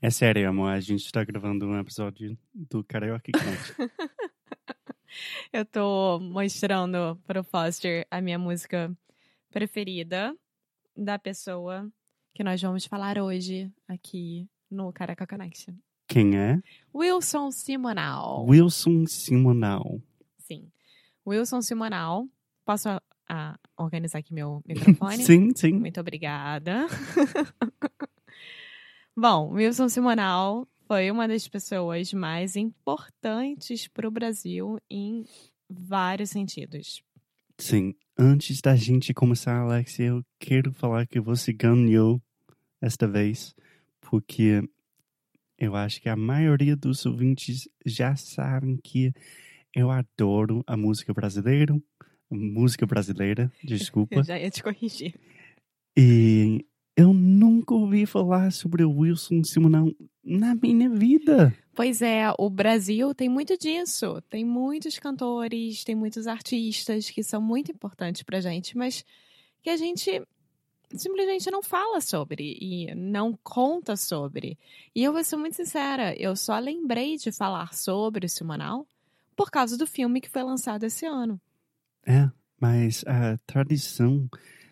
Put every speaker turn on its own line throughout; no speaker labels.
É sério, amor, a gente está gravando um episódio do Karaoke Connection.
Eu tô mostrando pro Foster a minha música preferida da pessoa que nós vamos falar hoje aqui no Careca Connection.
Quem é?
Wilson Simonal.
Wilson Simonal.
Sim. Wilson Simonal. Posso ah, ah, organizar aqui meu microfone?
Sim, sim.
Muito obrigada. Bom, Wilson Simonal foi uma das pessoas mais importantes para o Brasil em vários sentidos.
Sim. Antes da gente começar, Alex, eu quero falar que você ganhou esta vez, porque eu acho que a maioria dos ouvintes já sabem que eu adoro a música brasileira. Música brasileira, desculpa.
Eu já ia te corrigir.
E eu nunca ouvi falar sobre o Wilson Simonal na minha vida.
Pois é, o Brasil tem muito disso. Tem muitos cantores, tem muitos artistas que são muito importantes pra gente, mas que a gente simplesmente não fala sobre e não conta sobre. E eu vou ser muito sincera, eu só lembrei de falar sobre o Simonal por causa do filme que foi lançado esse ano.
É, mas a tradição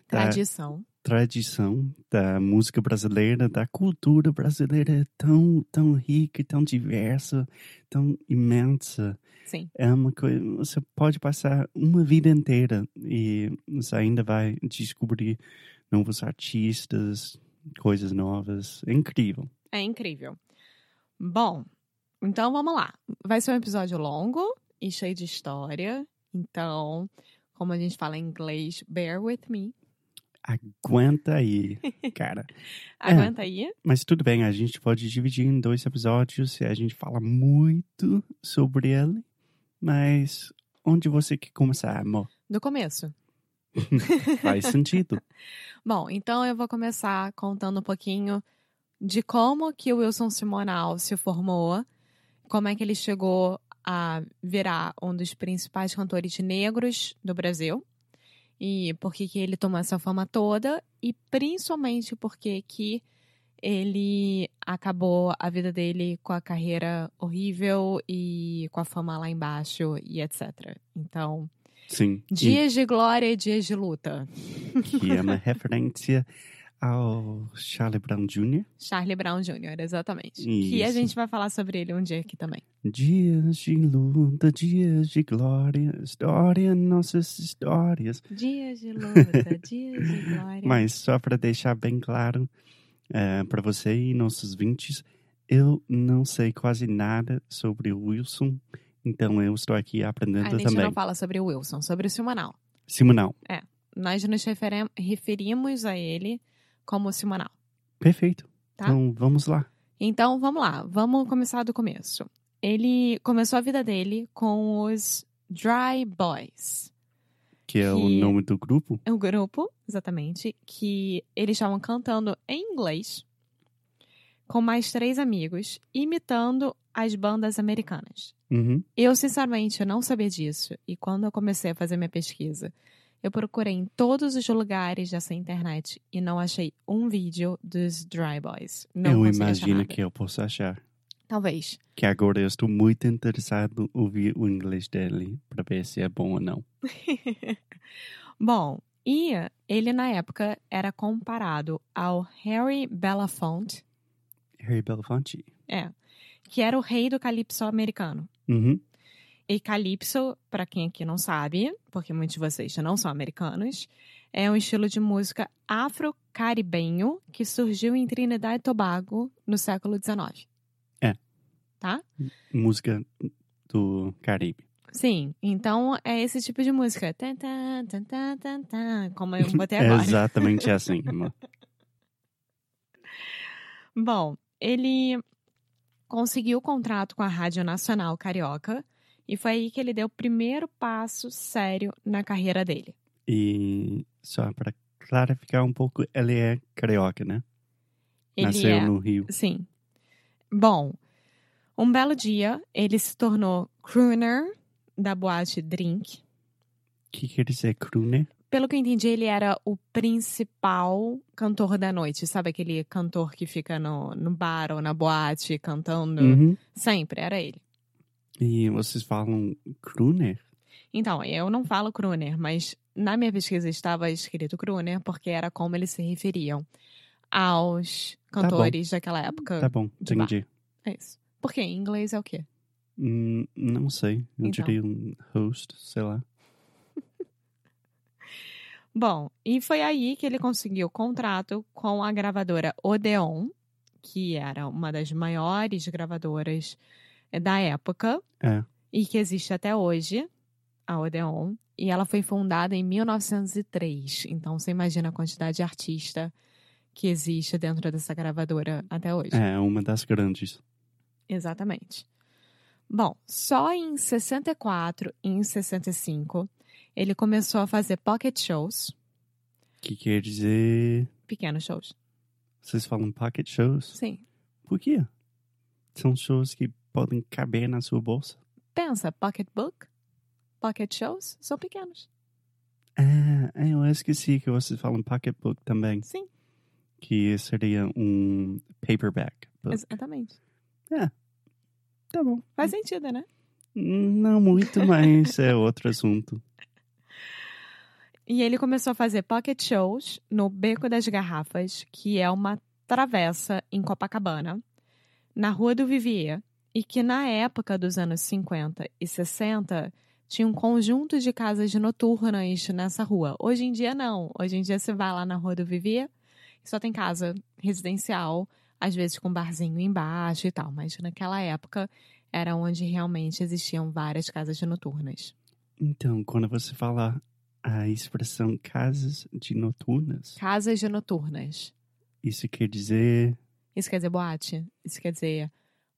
da,
Tradição.
tradição da música brasileira, da cultura brasileira é tão, tão rica, e tão diversa, tão imensa.
Sim.
É uma coisa, você pode passar uma vida inteira e você ainda vai descobrir novos artistas, coisas novas. É incrível.
É incrível. Bom, então vamos lá. Vai ser um episódio longo e cheio de história. Então, como a gente fala em inglês, bear with me.
Aguenta aí, cara.
Aguenta aí.
Mas tudo bem, a gente pode dividir em dois episódios e a gente fala muito sobre ele. Mas onde você quer começar, amor?
Do começo.
Faz sentido.
Bom, então eu vou começar contando um pouquinho de como que o Wilson Simonal se formou, como é que ele chegou a virar um dos principais cantores negros do Brasil e por que que ele tomou essa fama toda e principalmente porque que ele acabou a vida dele com a carreira horrível e com a fama lá embaixo e etc. Então,
Sim. e
dias de glória e dias de luta.
que é uma referência ao Charlie Brown Jr.
Charlie Brown Jr., exatamente. Que
Isso.
a gente vai falar sobre ele um dia aqui também.
Dias de luta, dias de glória, história, nossas histórias.
Dias de luta, dias de glória.
Mas só para deixar bem claro para você e nossos vintes, eu não sei quase nada sobre o Wilson, então eu estou aqui
a
aprendendo
gente
também.
não fala sobre o Wilson, sobre o Simonal.
Simonal,
Nós nos referem- referimos a ele como Simonal.
perfeito.
Tá.
Então vamos lá.
Então, vamos lá. Vamos começar do começo. Ele começou a vida dele com os Dry Boys.
Que é o
Que-
nome do grupo?
É um grupo, exatamente, que eles estavam cantando em inglês com mais três amigos, imitando as bandas americanas.
Uhum.
Eu, sinceramente, não sabia disso. E quando eu comecei a fazer minha pesquisa, eu procurei em todos os lugares dessa internet e não achei um vídeo dos Dry Boys. Não
eu
consegui achar
imagino
nada.
que eu possa achar.
Talvez.
Que agora eu estou muito interessado em ouvir o inglês dele para ver se é bom ou não.
Bom, e ele, na época, era comparado ao Harry Belafonte,
Harry Belafonte.
é, que era o rei do calypso americano.
Uhum.
E calypso, para quem aqui não sabe, porque muitos de vocês já não são americanos, é um estilo de música afro-caribenho que surgiu em Trinidad e Tobago no século XIX.
É.
Tá?
Música do Caribe.
Sim, então é esse tipo de música. Tan, tan, tan, tan, tan, tan, como eu botei
É
agora.
exatamente assim. amor.
Bom, ele conseguiu o contrato com a Rádio Nacional Carioca e foi aí que ele deu o primeiro passo sério na carreira dele.
E só para clarificar um pouco, ele é carioca, né?
Ele
Nasceu
é,
no Rio.
sim. Bom, um belo dia ele se tornou crooner da boate Drink.
O que quer dizer crooner?
Pelo que eu entendi, ele era o principal cantor da noite. Sabe aquele cantor que fica no, no bar ou na boate cantando?
Uhum.
Sempre, era ele.
E vocês falam crooner?
Então, eu não falo crooner, mas na minha pesquisa estava escrito crooner porque era como eles se referiam aos
Tá bom.
cantores daquela época.
Tá bom,
Ah, De bar.
entendi.
É isso. Porque em inglês é o quê?
Hum, não sei. Eu
Então.
diria um host, sei lá.
Bom, e foi aí que ele conseguiu contrato com a gravadora Odeon, que era uma das maiores gravadoras eh, da época
É.
e que existe até hoje, a Odeon. E ela foi fundada em 1903. Então você imagina a quantidade de artista que existe dentro dessa gravadora até hoje.
É, uma das grandes.
Exatamente. Bom, só em 64 e em 65 ele começou a fazer pocket shows,
Que quer dizer.
pequenos shows.
Vocês falam pocket shows?
Sim,
Por quê? São shows que podem caber na sua bolsa?
Pensa, pocketbook, pocket shows são pequenos.
Ah, eu esqueci que vocês falam pocketbook também.
Sim,
Que seria um paperback. Mas
exatamente.
Tá bom.
Faz sentido, né?
Não muito, mas é outro assunto.
E ele começou a fazer pocket shows no Beco das Garrafas, que é uma travessa em Copacabana, na Rua do Vivier, e que na época dos anos 50 e 60 tinha um conjunto de casas noturnas nessa rua. Hoje em dia não. Hoje em dia você vai lá na Rua do Vivier e só tem casa residencial, às vezes com barzinho embaixo e tal, mas naquela época era onde realmente existiam várias casas noturnas.
Então, quando você fala a expressão casas de noturnas,
Casas noturnas.
isso quer dizer.
Isso quer dizer boate? Isso quer dizer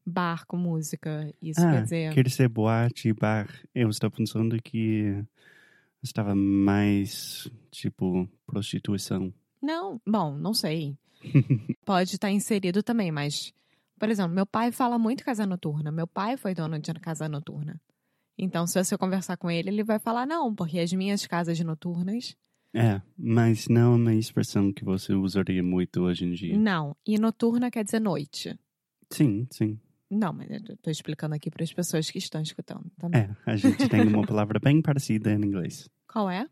bar com música? Isso
ah,
quer dizer.
quer dizer boate, bar. Eu estava pensando que estava mais, tipo, prostituição.
Não, bom, não sei. Pode estar inserido também, mas. Por exemplo, meu pai fala muito casa noturna. Meu pai foi dono de casa noturna. Então, se você conversar com ele, ele vai falar não, porque as minhas casas noturnas.
É, mas não é uma expressão que você usaria muito hoje em dia.
Não. E noturna quer dizer noite.
Sim, sim.
Não, mas eu tô explicando aqui para as pessoas que estão escutando tá também.
É, a gente tem uma palavra bem parecida em inglês.
Qual é?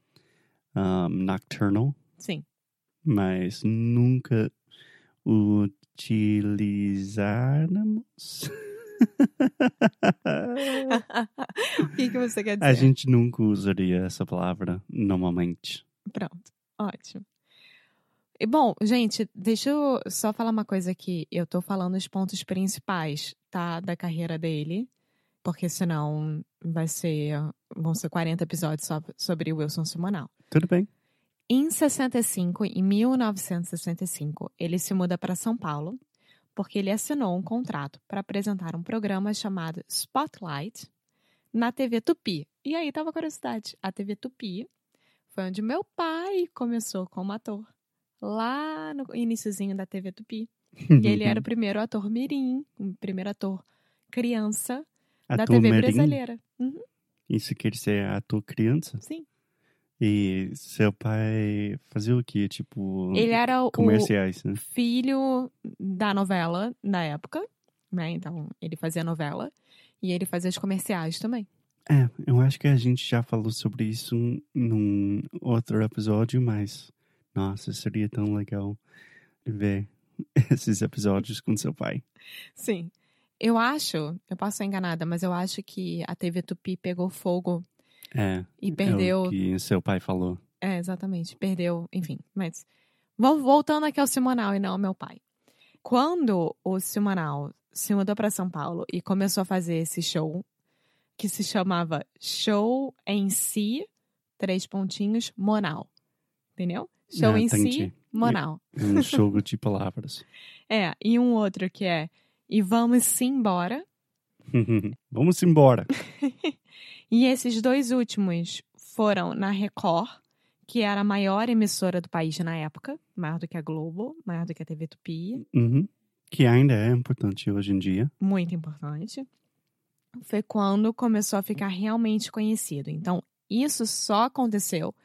Um, nocturnal,
Sim.
mas nunca utilizarmos.
o que, que você quer dizer?
a gente nunca usaria essa palavra normalmente.
Pronto, ótimo. E, bom, gente, deixa eu só falar uma coisa aqui. Eu tô falando os pontos principais, tá? Da carreira dele. Porque senão vai ser. Vão ser 40 episódios só sobre o Wilson Simonal.
Tudo bem?
Em 65, em 1965, ele se muda para São Paulo porque ele assinou um contrato para apresentar um programa chamado Spotlight na TV Tupi. E aí tava a curiosidade, a TV Tupi foi onde meu pai começou como ator, lá no iniciozinho da TV Tupi. E
Uhum,
ele era o primeiro ator mirim, o primeiro ator criança da
Ator
TV
mirim?
brasileira. Uhum,
Isso quer dizer a tua criança?
sim.
E seu pai fazia o quê? Tipo,
Ele era o
comerciais, né?
filho da novela na época, né? Então, ele fazia novela e ele fazia os comerciais também.
É, eu acho que a gente já falou sobre isso num outro episódio, mas nossa, seria tão legal ver esses episódios com seu pai.
Sim. Eu acho, eu posso estar enganada, mas eu acho que a TV Tupi pegou fogo
É,
e
é
perdeu
o que seu pai falou.
É, exatamente. Perdeu, enfim. Mas vamos voltando aqui ao Simonal e não ao meu pai. Quando o Simonal se mudou para São Paulo e começou a fazer esse show, que se chamava Show em Si, três pontinhos, Monal. Entendeu? Show
Ah,
em Si,
entendi.
Monal.
É um jogo de palavras.
É, e um outro que é E Vamos-se Embora.
Vamos embora.
E esses dois últimos foram na Record, que era a maior emissora do país na época, maior do que a Globo, maior do que a TV Tupi,
Uhum. Que ainda é importante hoje em dia.
muito importante. Foi quando começou a ficar realmente conhecido. Então, isso só aconteceu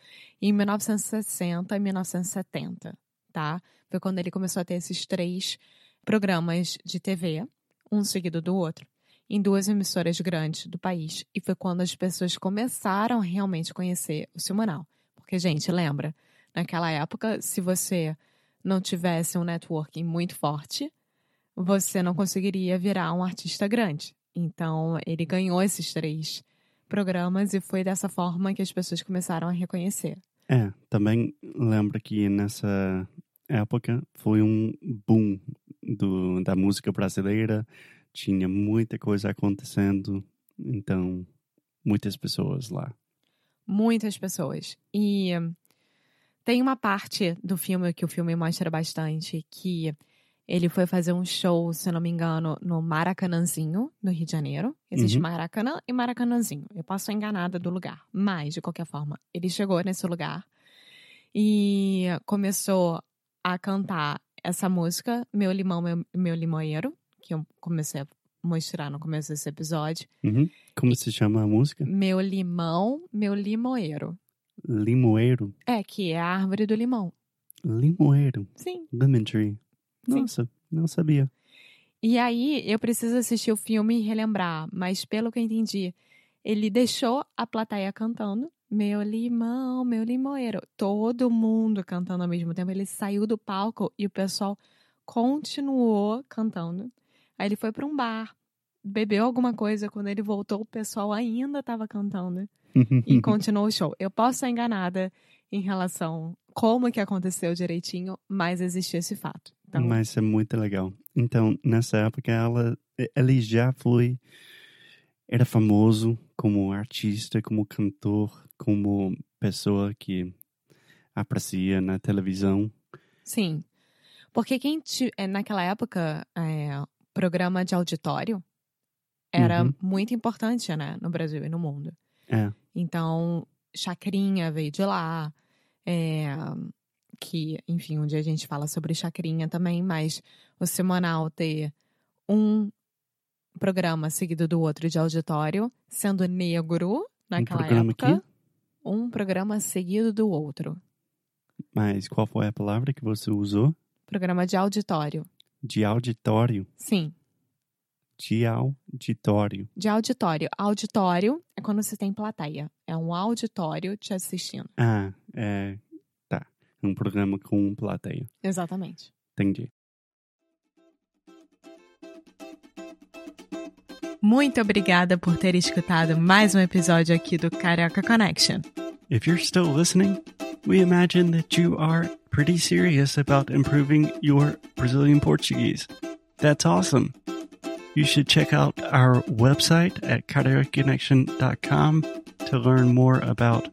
em 1960 e 1970, tá? Foi quando ele começou a ter esses três programas de TV, um seguido do outro, em duas emissoras grandes do país. E foi quando as pessoas começaram realmente a conhecer o Simonal. Porque, gente, lembra, naquela época, se você não tivesse um networking muito forte, você não conseguiria virar um artista grande. Então, ele ganhou esses três programas e foi dessa forma que as pessoas começaram a reconhecer.
É, também lembra que nessa época foi um boom do, da música brasileira. Tinha muita coisa acontecendo. Então, muitas pessoas lá.
muitas pessoas. E hum, tem uma parte do filme que o filme mostra bastante que ele foi fazer um show, se eu não me engano, no Maracanãzinho, no Rio de Janeiro. Existe
Uhum.
Maracanã e Maracanãzinho. Eu posso ser enganada do lugar, mas de qualquer forma, ele chegou nesse lugar e começou a cantar essa música, Meu Limão, Meu, meu Limoeiro, que eu comecei a mostrar no começo desse episódio.
Uhum. Como se chama a música?
Meu Limão, Meu Limoeiro.
Limoeiro.
É, que é a árvore do limão.
Limoeiro.
Sim.
Lemon tree.
Sim.
Nossa, não sabia.
E aí, eu preciso assistir o filme e relembrar, mas pelo que eu entendi, ele deixou a plateia cantando. Meu limão, meu limoeiro. Todo mundo cantando ao mesmo tempo. Ele saiu do palco e o pessoal continuou cantando. Aí ele foi para um bar, bebeu alguma coisa. Quando ele voltou, o pessoal ainda estava cantando.
Uhum.
e continuou o show. Eu posso ser enganada em relação como que aconteceu direitinho, mas existe esse fato. Então,
Mas é muito legal. Então, nessa época, ela, ele já foi. Era famoso como artista, como cantor, como pessoa que aprecia na televisão.
sim. Porque quem ti- é, naquela época, é, programa de auditório era
Uhum.
muito importante, né, no Brasil e no mundo.
É.
Então, Chacrinha veio de lá, é, que, enfim, um dia a gente fala sobre Chacrinha também, mas o semanal ter um programa seguido do outro de auditório, sendo negro naquela
Um programa
época.
aqui?
Um programa seguido do outro.
Mas qual foi a palavra que você usou?
Programa de auditório.
De auditório.
Sim,
De auditório.
de auditório. Auditório é quando você tem plateia. É um auditório te assistindo.
Ah, é. Tá. Um programa com plateia.
Exatamente.
Entendi.
Muito obrigada por ter escutado mais um episódio aqui do Carioca Connection.
If you're still listening, we imagine that you are pretty serious about improving your Brazilian Portuguese. That's awesome. You should check out our website at cariocaconnection.com to learn more about